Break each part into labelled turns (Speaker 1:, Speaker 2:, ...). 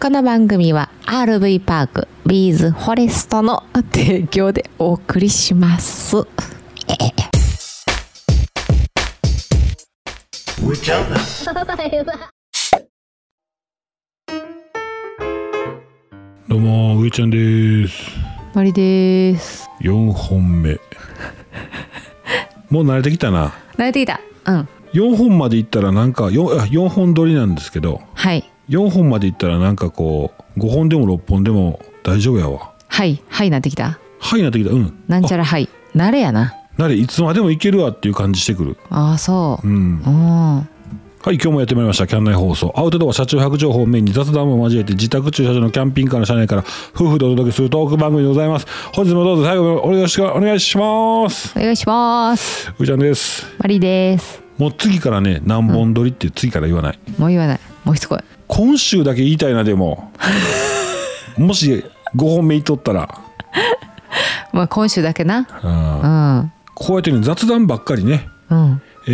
Speaker 1: この番組は RV パークビーズフォレストの提供でお送りします。
Speaker 2: どうも上ちゃんです
Speaker 1: マリです。
Speaker 2: 4本目もう慣れてきたな
Speaker 1: 慣れてきた。うん。
Speaker 2: 4本までいったらなんか 4, あ4本撮りなんですけど
Speaker 1: はい。
Speaker 2: 4本までいったらなんかこう5本でも6本でも大丈夫やわ
Speaker 1: はい。はい、なってきた。
Speaker 2: はいなってきたうん
Speaker 1: なんちゃらはい。慣れやな。
Speaker 2: なれいつまでもいけるわっていう感じしてくる
Speaker 1: ああ、そうう。
Speaker 2: ん
Speaker 1: うん。
Speaker 2: はい今日もやってまいりましたキャン内放送アウトドア車中泊情報をメインに雑談も交えて自宅駐車場のキャンピングカーの車内から夫婦でお届けするトーク番組でございます本日もどうぞ最後までおよろしくお願いします
Speaker 1: お願いします。
Speaker 2: うーちゃんです
Speaker 1: マリです。
Speaker 2: もう次からね何本撮りって次から言わない、
Speaker 1: もう言わない。もうしつこい。
Speaker 2: 今週だけ言いたいなでも もし5本目いっとったら、
Speaker 1: まあ、今週だけな。
Speaker 2: うん
Speaker 1: うん。
Speaker 2: こうやってね雑談ばっかりね、
Speaker 1: うん。
Speaker 2: え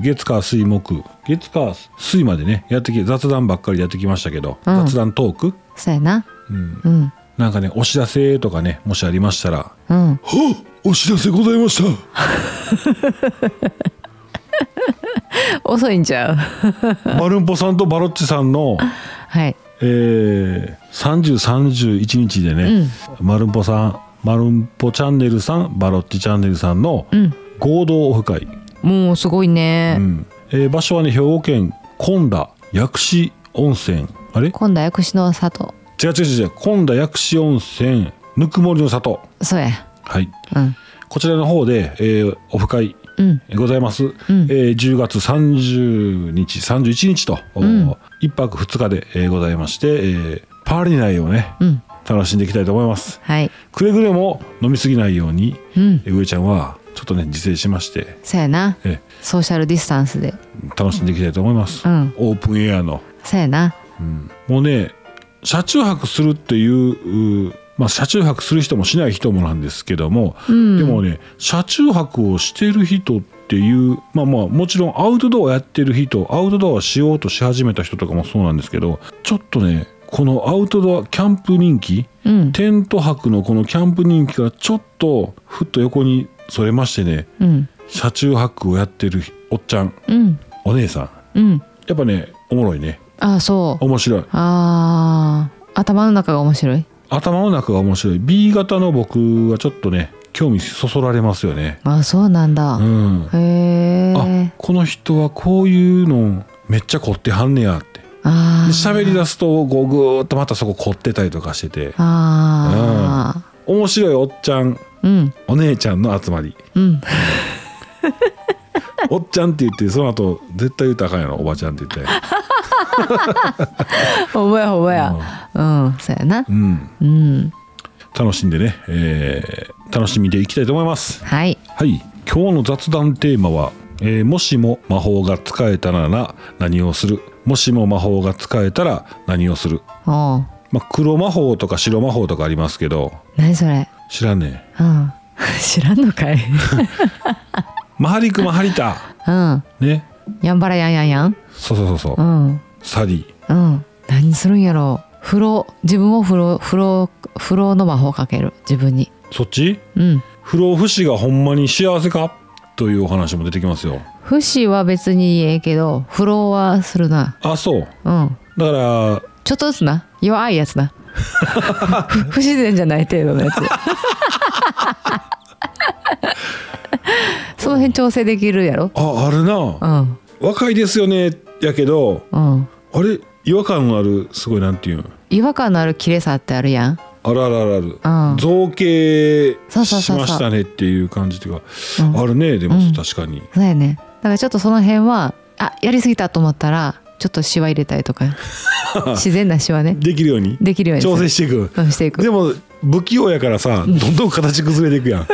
Speaker 2: ー月火水木月火水までねやってき雑談ばっかりやってきましたけど、
Speaker 1: うん
Speaker 2: 雑談トーク、
Speaker 1: そうやな。
Speaker 2: うん、
Speaker 1: うん。
Speaker 2: なんかねお知らせとかねもしありましたら
Speaker 1: うん。
Speaker 2: はっお知らせございました
Speaker 1: 遅いんちゃう。
Speaker 2: マルンポさんとバロッチさんの
Speaker 1: はい。
Speaker 2: えー、3031日でね、まるんぽさんまるんぽチャンネルさんバロッチチャンネルさんの
Speaker 1: うん。
Speaker 2: 合同オフ会、
Speaker 1: もうすごいね
Speaker 2: う。んえー場所はね兵庫県今田薬師温泉あれ
Speaker 1: 今度は薬師の里。
Speaker 2: 違う違う違う違う今田薬師温泉ぬくもりの里
Speaker 1: そうや。
Speaker 2: はい
Speaker 1: うん。
Speaker 2: こちらの方で、えーオフ会
Speaker 1: うん。
Speaker 2: ございます、えー10月30日31日と、お1泊2日で、えーございまして、えーパーリ内をね、
Speaker 1: うん。
Speaker 2: 楽しんでいきたいと思います
Speaker 1: はい。
Speaker 2: くれぐれも飲みすぎないように、
Speaker 1: うん。
Speaker 2: え上ちゃんはちょっとね自制しまして
Speaker 1: そうやな。
Speaker 2: え
Speaker 1: ソーシャルディスタンスで。
Speaker 2: 楽しんでいきたいと思います、
Speaker 1: うん。
Speaker 2: オープンエアの、
Speaker 1: そうやな。
Speaker 2: うんもうね車中泊するっていううまあ、車中泊する人もしない人もなんですけども、
Speaker 1: うん。
Speaker 2: でもね車中泊をしてる人っていうまあまあもちろんアウトドアやってる人アウトドアしようとし始めた人とかもそうなんですけどちょっとねこのアウトドアキャンプ人気
Speaker 1: うん。
Speaker 2: テント泊のこのキャンプ人気からちょっとふっと横にそれましてね
Speaker 1: うん。
Speaker 2: 車中泊をやってるおっちゃん
Speaker 1: うん。
Speaker 2: お姉さん
Speaker 1: うん。
Speaker 2: やっぱねおもろいね
Speaker 1: ああ、そう。
Speaker 2: 面白い
Speaker 1: ああ。頭の中が面白い。
Speaker 2: 頭の中が面白い B 型の僕はちょっとね興味そそられますよね
Speaker 1: ああ、そうなんだ。
Speaker 2: うん
Speaker 1: へ
Speaker 2: あ
Speaker 1: え。
Speaker 2: この人はこういうのめっちゃ凝ってはんねやってで
Speaker 1: ああ。
Speaker 2: 喋り出すとこうぐーっとまたそこ凝ってたりとかしてて
Speaker 1: ああ。
Speaker 2: 面白いおっちゃん
Speaker 1: うん。
Speaker 2: お姉ちゃんの集ま り
Speaker 1: うん。
Speaker 2: おっちゃんって言ってその後絶対言うたらあかんやろおばちゃんって言って
Speaker 1: ほんまやほんまや。うん。そうやな
Speaker 2: う。ん
Speaker 1: うん。
Speaker 2: 楽しんでね、えー楽しみでいきたいと思います
Speaker 1: はい。
Speaker 2: はい今日の雑談テーマは、えーもしも魔法が使えたらな何をするもしも魔法が使えたら何をする
Speaker 1: おう。
Speaker 2: まあ黒魔法とか白魔法とかありますけど
Speaker 1: 何それ。
Speaker 2: 知らんねえ
Speaker 1: うん。 知らんの かい。
Speaker 2: マハリクマハリ タ
Speaker 1: うん。
Speaker 2: ね
Speaker 1: やんばらやんやんやん。
Speaker 2: そうそうそうそう、
Speaker 1: うん。
Speaker 2: サリー
Speaker 1: うん。何するんやろう。風呂、自分を風呂、風呂、風呂の魔法かける。自分に。
Speaker 2: そっち
Speaker 1: うん。
Speaker 2: 不老不死がほんまに幸せかというお話も出てきますよ
Speaker 1: 不死は別にええけど、風呂はするな。
Speaker 2: あそう
Speaker 1: うん。
Speaker 2: だから
Speaker 1: ちょっとずつな。弱いやつな。 ふ不自然じゃない程度のやつ。 その辺調整できるやろ。
Speaker 2: ああるな、
Speaker 1: うん。
Speaker 2: 若いですよねやけど
Speaker 1: うん。
Speaker 2: あれ違和感のあるすごいなんていうの
Speaker 1: 違和感のある綺麗さってあるやん。
Speaker 2: あるあるあるある、
Speaker 1: うん
Speaker 2: 造形
Speaker 1: そうそうそうそ
Speaker 2: し
Speaker 1: う
Speaker 2: ましたねっていう感じというか
Speaker 1: うん
Speaker 2: あるねでも
Speaker 1: うん
Speaker 2: 確かに、
Speaker 1: そうやね。だからちょっとその辺は、あ、やりすぎたと思ったら、ちょっとシワ入れたりとか、自然なシワね、
Speaker 2: できるように
Speaker 1: できるようにする
Speaker 2: 調整していく
Speaker 1: うんしていく。
Speaker 2: でも不器用やからさどんどん形崩れていくやん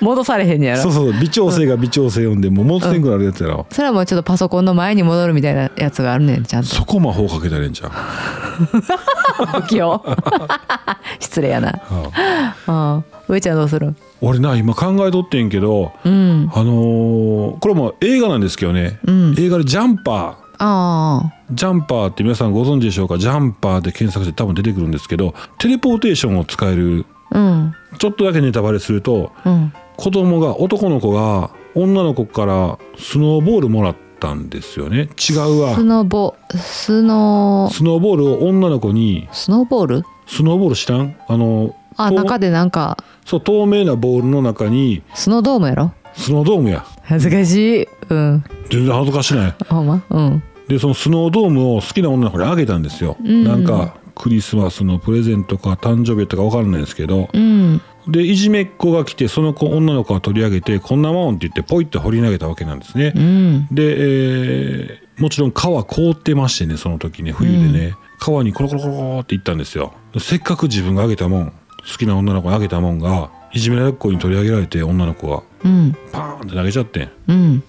Speaker 1: 戻されへんねやろ。
Speaker 2: そ
Speaker 1: そう
Speaker 2: そう微調整が微調整読んでもうモンステンクなるやつやろ、
Speaker 1: れはもうちょっとパソコンの前に戻るみたいなやつがあるねん、ちゃんと。
Speaker 2: そこ魔法かけたらええんちゃう、
Speaker 1: 不器用。 失礼やな。
Speaker 2: はあ
Speaker 1: うん。上ちゃんどうする
Speaker 2: 俺な今考えとってんけど
Speaker 1: うん。
Speaker 2: あのーこれも映画なんですけどね、
Speaker 1: うん。
Speaker 2: 映画でジャンパ
Speaker 1: ああ。
Speaker 2: ージャンパーって皆さんご存知でしょうかジャンパーで検索して多分出てくるんですけどテレポーテーションを使える
Speaker 1: うん
Speaker 2: ちょっとだけネタバレすると
Speaker 1: うん
Speaker 2: 子供が男の子が女の子からスノーボールもらったんですよね違うわ
Speaker 1: スノボスノー
Speaker 2: スノーボールを女の子に
Speaker 1: スノーボール
Speaker 2: スノーボール知らんあの
Speaker 1: あ
Speaker 2: とう
Speaker 1: 中でなんか
Speaker 2: そう透明なボールの中に
Speaker 1: スノードームやろ
Speaker 2: スノードームや
Speaker 1: 恥ずかしいうん
Speaker 2: 全然恥ずかしない
Speaker 1: ほんまうん
Speaker 2: でそのスノードームを好きな女の子にあげたんですよ、
Speaker 1: うん
Speaker 2: なんかクリスマスのプレゼントか誕生日とか分からないんですけど
Speaker 1: うん
Speaker 2: でいじめっ子が来てその子女の子が取り上げてこんなもんって言ってポイって掘り投げたわけなんですね、
Speaker 1: うん
Speaker 2: で、えーもちろん川凍ってましてねその時ね冬でね、川にコロコロコロコロって行ったんですよせっかく自分があげたもん好きな女の子にあげたもんがいじめられっ子に取り上げられて女の子が
Speaker 1: うん
Speaker 2: パーンって投げちゃってん
Speaker 1: うん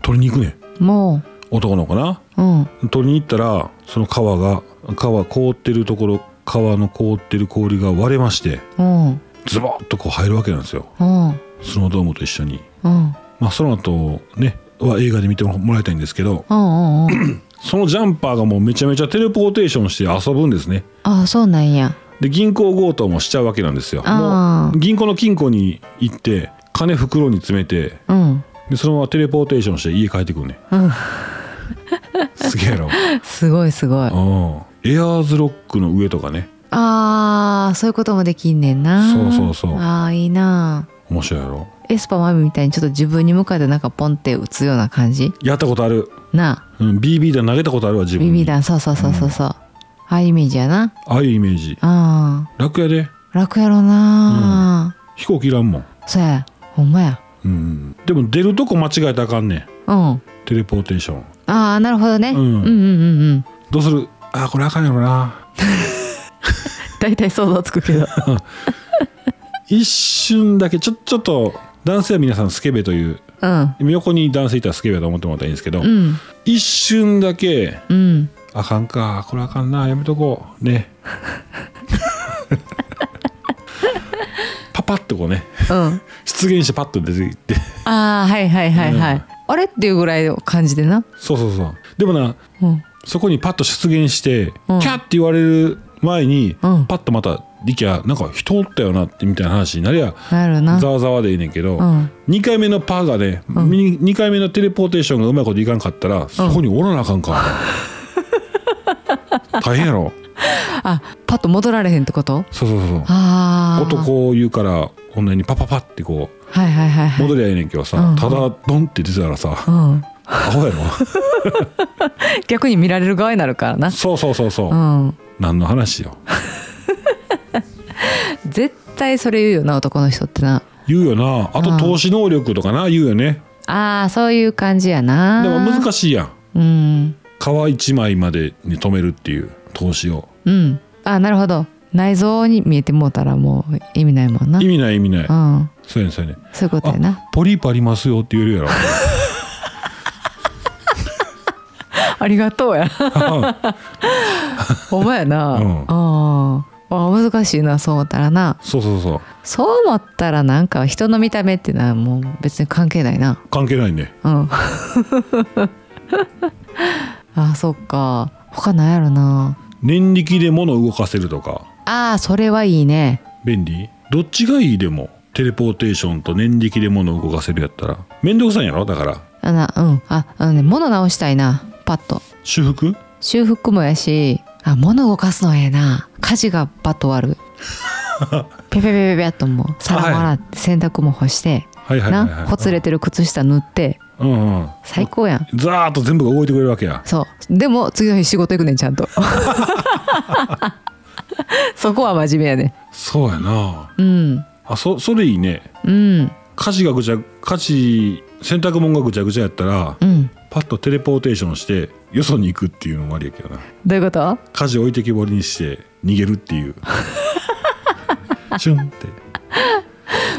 Speaker 2: 取りに行くねん
Speaker 1: も
Speaker 2: 男の子な
Speaker 1: ううん
Speaker 2: 取りに行ったらその川が川凍ってるところ川の凍ってる氷が割れまして
Speaker 1: うん
Speaker 2: ズボッとこう入るわけなんですよ
Speaker 1: うん
Speaker 2: スノードームと一緒に
Speaker 1: うん
Speaker 2: まあその後ねは映画で見てもらいたいんですけど
Speaker 1: うんうんうん
Speaker 2: そのジャンパーがもうめちゃめちゃテレポーテーションして遊ぶんですね
Speaker 1: あそうなんや
Speaker 2: で銀行強盗もしちゃうわけなんですよ
Speaker 1: あ
Speaker 2: もう銀行の金庫に行って金袋に詰めて
Speaker 1: うん
Speaker 2: でそのままテレポーテーションして家帰って くるね、
Speaker 1: うん
Speaker 2: すげえやろ
Speaker 1: すごいすごい
Speaker 2: うんエアーズロックの上とかね
Speaker 1: あーそういうこともできんねんな
Speaker 2: そうそうそう
Speaker 1: あーいいな
Speaker 2: 面白いやろ
Speaker 1: エスパーマミみたいにちょっと自分に向かってなんかポンって打つような感じ
Speaker 2: やったことある、
Speaker 1: なあ
Speaker 2: うん、BB 弾投げたことあるわ自分
Speaker 1: ビ
Speaker 2: に
Speaker 1: ビダンそうそうそうそうそう、ああいうイメージやな
Speaker 2: ああいうイメージ
Speaker 1: あ
Speaker 2: 楽やで
Speaker 1: ー楽やろな、
Speaker 2: 飛行機いらんもん、
Speaker 1: そうやほんまや
Speaker 2: うん、でも出るとこ間違えたらあかんねん
Speaker 1: うん
Speaker 2: テレポーテーション
Speaker 1: ああなるほどね、
Speaker 2: うん
Speaker 1: うんうんうんうん
Speaker 2: どうするあーこれあかんやろな
Speaker 1: 大体想像つくけ ど
Speaker 2: 一瞬だけちょちょっと男性は皆さんスケベという
Speaker 1: うん
Speaker 2: 横に男性いたらスケベだと思ってもらったらいいんですけど、
Speaker 1: うん
Speaker 2: 一瞬だけ
Speaker 1: うん
Speaker 2: あかんかこれあかんなやめとこうねパパッとこうね
Speaker 1: うん
Speaker 2: 出現してパッと出てきて
Speaker 1: ああはいはいはいはい、
Speaker 2: うん
Speaker 1: あれっていうぐらいの感じでな
Speaker 2: そうそうそうでもな
Speaker 1: うん
Speaker 2: そこにパッと出現して、
Speaker 1: うん
Speaker 2: キャッって言われる前に、
Speaker 1: うん
Speaker 2: パッとまた力也なんか人おったよなってみたいな話になりゃ
Speaker 1: なるな
Speaker 2: ざわざわでいいねんけど、
Speaker 1: うん
Speaker 2: 二2回目のパーがね、
Speaker 1: うん
Speaker 2: に二2回目のテレポーテーションがうまいこといかんかったら、そこにおらなあ かんか、大変やろ
Speaker 1: あパッと戻られへんってこと
Speaker 2: そうそうそう
Speaker 1: ああ
Speaker 2: 男を言うから女にパパパってこ
Speaker 1: はいはいはいうはい
Speaker 2: 戻りゃええねんけどさ、
Speaker 1: うん
Speaker 2: ただドンって出てたらさ、
Speaker 1: うん、
Speaker 2: ア ホやろ
Speaker 1: 逆に見られる側になるからな、
Speaker 2: そうそうそうそう、
Speaker 1: うん、
Speaker 2: 何の話よ
Speaker 1: 絶対それ言うよな男の人ってな
Speaker 2: 言うよなあ
Speaker 1: う
Speaker 2: と
Speaker 1: ん
Speaker 2: 投資能力とかな言うよね
Speaker 1: ああそういう感じやな
Speaker 2: でも難
Speaker 1: しい
Speaker 2: しいや
Speaker 1: う
Speaker 2: ん
Speaker 1: ん
Speaker 2: 皮一枚までに止めるっていう投資を
Speaker 1: うんあなるほど内臓に見えてもうたらもう意味ないもんな
Speaker 2: 意味ない意味ない、
Speaker 1: うん
Speaker 2: そうやねんそうやねん
Speaker 1: そういうことやな
Speaker 2: あポリープありますよって言えるやろ
Speaker 1: ありがとう やお前やな、
Speaker 2: うん
Speaker 1: ああ難しいなそう思ったらな
Speaker 2: そうそうそう
Speaker 1: そう思ったらなんか人の見た目っていうのはもう別に関係ないな
Speaker 2: 関係ないね
Speaker 1: うんあそっか他なんやろな
Speaker 2: 念力で物を動かせるとか
Speaker 1: あーそれはいいね
Speaker 2: 便利どっちがいいでもテレポーテーションと念力で物を動かせるやったら面倒くさいんやろだから
Speaker 1: あなうんああのね物直したいなパッと
Speaker 2: 修復
Speaker 1: 修復もやしあ物動かすのええな家事がパッと終わるペペペペペっともう皿も洗って洗濯も干して、
Speaker 2: はいはいはいは
Speaker 1: ないほつれてる靴下塗って
Speaker 2: うんうん
Speaker 1: 最高やん
Speaker 2: ザーッと全部が動いてくれるわけや
Speaker 1: そうでも次の日仕事行くねんちゃんとそこは真面目やね
Speaker 2: そうやな
Speaker 1: うん
Speaker 2: あそそれいいね
Speaker 1: うん
Speaker 2: 家事がぐちゃ家事洗濯物がぐちゃぐちゃやったら、
Speaker 1: うん
Speaker 2: パッとテレポーテーションしてよそに行くっていうのもありやけどな
Speaker 1: どういうこと
Speaker 2: 家事置いてきぼりにして逃げるっていうシュンって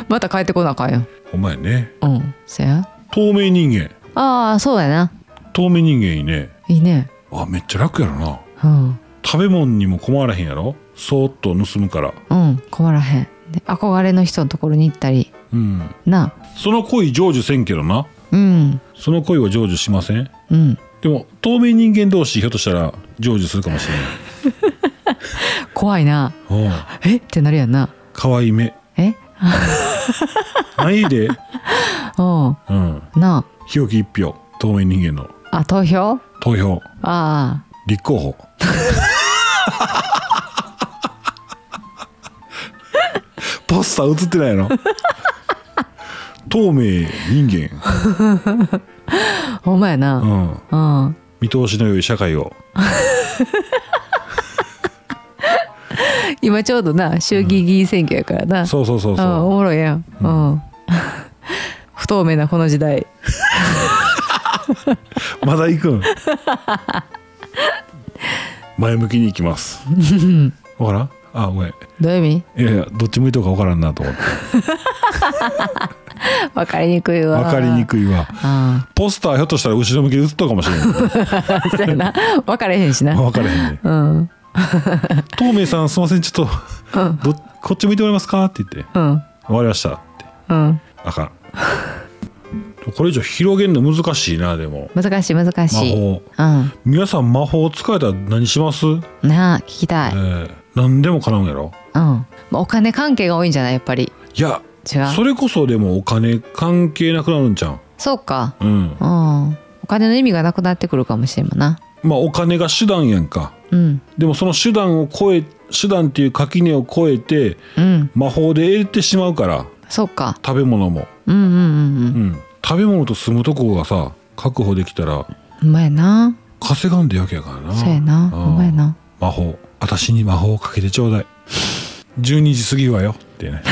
Speaker 1: また帰ってこなあかんよ
Speaker 2: お前ね
Speaker 1: うんそや
Speaker 2: 透明人間
Speaker 1: ああそうやな
Speaker 2: 透明人間いいね
Speaker 1: いいね
Speaker 2: あめっちゃ楽やろな
Speaker 1: うん
Speaker 2: 食べ物にも困らへんやろそーっと盗むから
Speaker 1: うん困らへんで憧れの人のところに行ったり
Speaker 2: うん
Speaker 1: な
Speaker 2: その恋成就せんけどな
Speaker 1: うん
Speaker 2: その恋は成就しません
Speaker 1: うん
Speaker 2: でも透明人間同士ひょっとしたら成就するかもし
Speaker 1: 怖いな
Speaker 2: れない。うん、
Speaker 1: えってなるやんな
Speaker 2: 可愛い目。
Speaker 1: え
Speaker 2: ないで。
Speaker 1: うん
Speaker 2: うん。
Speaker 1: な
Speaker 2: 日置一票。透明人間の
Speaker 1: ああ投票
Speaker 2: 投票。
Speaker 1: あ
Speaker 2: 立候補。ポスター映ってないの。透明人
Speaker 1: あほんまやな
Speaker 2: 間。うん。
Speaker 1: うん、
Speaker 2: 見通しの良い社会を。
Speaker 1: 今ちょうどな衆議院議員選挙やからな、
Speaker 2: そうそうそう
Speaker 1: うんお
Speaker 2: そ
Speaker 1: もろいやん、うん 不透明なこの時代
Speaker 2: う。まだ行くん。前向きに行きます。わからん。あ、ごめん。
Speaker 1: どういう意味
Speaker 2: いやいや、どっち向いとうかわからんなと思って。
Speaker 1: 分かりにくいわ
Speaker 2: わかりに
Speaker 1: い
Speaker 2: くいわ。
Speaker 1: あ
Speaker 2: ポスターひょっとしたら後ろ向きで映ったかもしれない。
Speaker 1: あそうやな分かれへんしな
Speaker 2: わからへ んね。
Speaker 1: うん
Speaker 2: 透明さんすいませんちょっと、どこっち向いてもらえますかって言って
Speaker 1: うん
Speaker 2: 「わかりました」って
Speaker 1: うん
Speaker 2: あかんこれ以上広げるの難しいなでも
Speaker 1: 難しい難
Speaker 2: 魔
Speaker 1: しい
Speaker 2: 法
Speaker 1: うん
Speaker 2: 皆さん魔法使えたら何します、
Speaker 1: なあ聞きたい、
Speaker 2: えー何でも叶うんやろ
Speaker 1: うんまあお金関係が多いんじゃないやっぱり
Speaker 2: いや
Speaker 1: 違う
Speaker 2: それこそでもお金関係なくなるんじゃん
Speaker 1: そうか
Speaker 2: うん
Speaker 1: うんお金の意味がなくなってくるかもしれんもんな
Speaker 2: まあお金が手段やんか
Speaker 1: うん
Speaker 2: でもその手段を超え手段っていう垣根を越えて
Speaker 1: うん
Speaker 2: 魔法で得てしまうから
Speaker 1: そうか
Speaker 2: 食べ物も
Speaker 1: うんうんうんうん
Speaker 2: うん食べ物と住むとこがさ確保できたら
Speaker 1: ほんまやな
Speaker 2: 稼がんでやけやからな
Speaker 1: そうやなほんまやな
Speaker 2: 魔法私に魔法をかけてちょうだい12時過ぎはよってね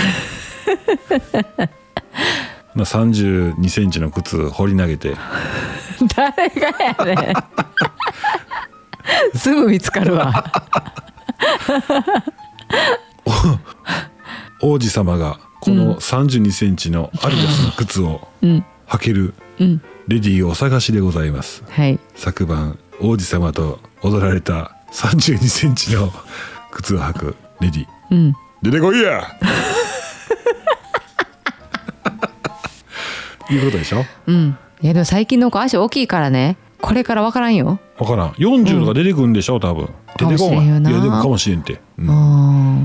Speaker 2: な3 2ンチの靴掘り投げて
Speaker 1: 誰がやね んすぐ見つかるわ
Speaker 2: 王子様がこの3 2ンチのアディダスの靴を
Speaker 1: うん
Speaker 2: 履ける
Speaker 1: うん
Speaker 2: レディーをお探しでございます
Speaker 1: はい
Speaker 2: 昨晩王子様と踊られた3 2ンチの靴を履くレディー
Speaker 1: うん
Speaker 2: 出てこいや いうことでしょ
Speaker 1: うんいやでも最近の子足大きいからねこれから分からんよ
Speaker 2: 分からん40とか出てくるんでしょ多分出
Speaker 1: かも
Speaker 2: て
Speaker 1: し
Speaker 2: こ
Speaker 1: れんよ
Speaker 2: ん
Speaker 1: な
Speaker 2: わいやでもかもしれんって、う
Speaker 1: うん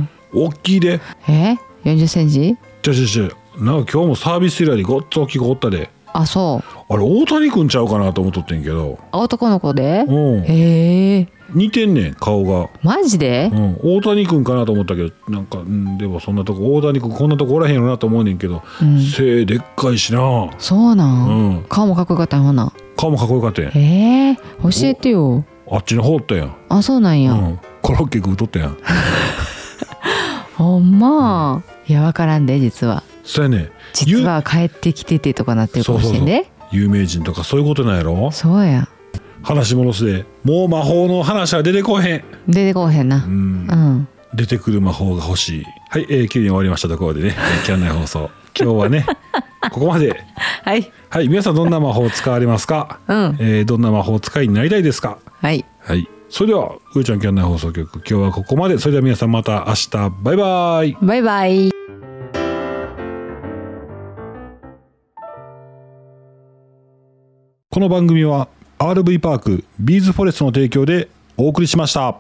Speaker 1: ん
Speaker 2: 大きいで
Speaker 1: え四4 0ンチ
Speaker 2: ちょちょちょなんか今日もサービスエリアでごっつ大きい子おったで
Speaker 1: あそう
Speaker 2: あれ大谷くんちゃうかなと思っとってんけど
Speaker 1: あ男の子で
Speaker 2: うん
Speaker 1: へえ
Speaker 2: 似てんねん顔が、
Speaker 1: マジで
Speaker 2: うん、大谷くんかなと思ったけどなんか、うん、でもそんなとこ大谷くんこんなとこおらへんよなと思うねんけど、
Speaker 1: うん
Speaker 2: 背でっかいしな
Speaker 1: そうなん、
Speaker 2: うん
Speaker 1: 顔もかっこよかったんほな
Speaker 2: 顔もかっこよかったやん
Speaker 1: ええ教えてよ
Speaker 2: あっちの方おったやん
Speaker 1: あそうなんや、
Speaker 2: うん、コロッケ食うとったやん
Speaker 1: ほんま、いやわからんで実は
Speaker 2: そうやねん
Speaker 1: 実は帰ってきててとかなってるかもしれんで
Speaker 2: 有名人とかそういうことなんやろ
Speaker 1: そうや
Speaker 2: 話戻すでもう魔法の話は出てこへん、
Speaker 1: 出てこうへんな
Speaker 2: う
Speaker 1: うんん、
Speaker 2: 出てくる魔法が欲しいはい、えー、きれいに終わりましたところでね「えーキャンナイ放送」今日はね ここまで
Speaker 1: はい
Speaker 2: はい皆さんどんな魔法を使われますか、
Speaker 1: うん
Speaker 2: えーどんな魔法使いになりたいですか
Speaker 1: はい
Speaker 2: はいそれでは「うーちゃんキャンナイ放送局」今日はここまでそれでは皆さんまた明日バイバイ
Speaker 1: バイバイ
Speaker 2: この番組は RV パークビーズフォレストの提供でお送りしました